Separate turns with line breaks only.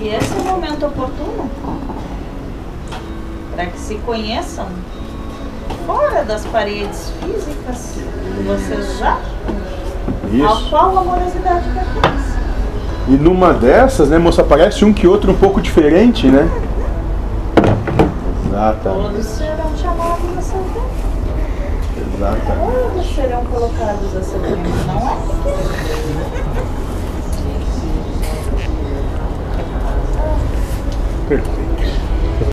E esse é o momento oportuno para que se conheçam fora das paredes físicas que vocês já ao
Isso.
qual a amorosidade pertence.
E numa dessas, né, moça, parece um que outro um pouco diferente, né? Exatamente.
Todos serão chamados a seu tempo,
Exatamente.
todos serão colocados a seu tempo. é?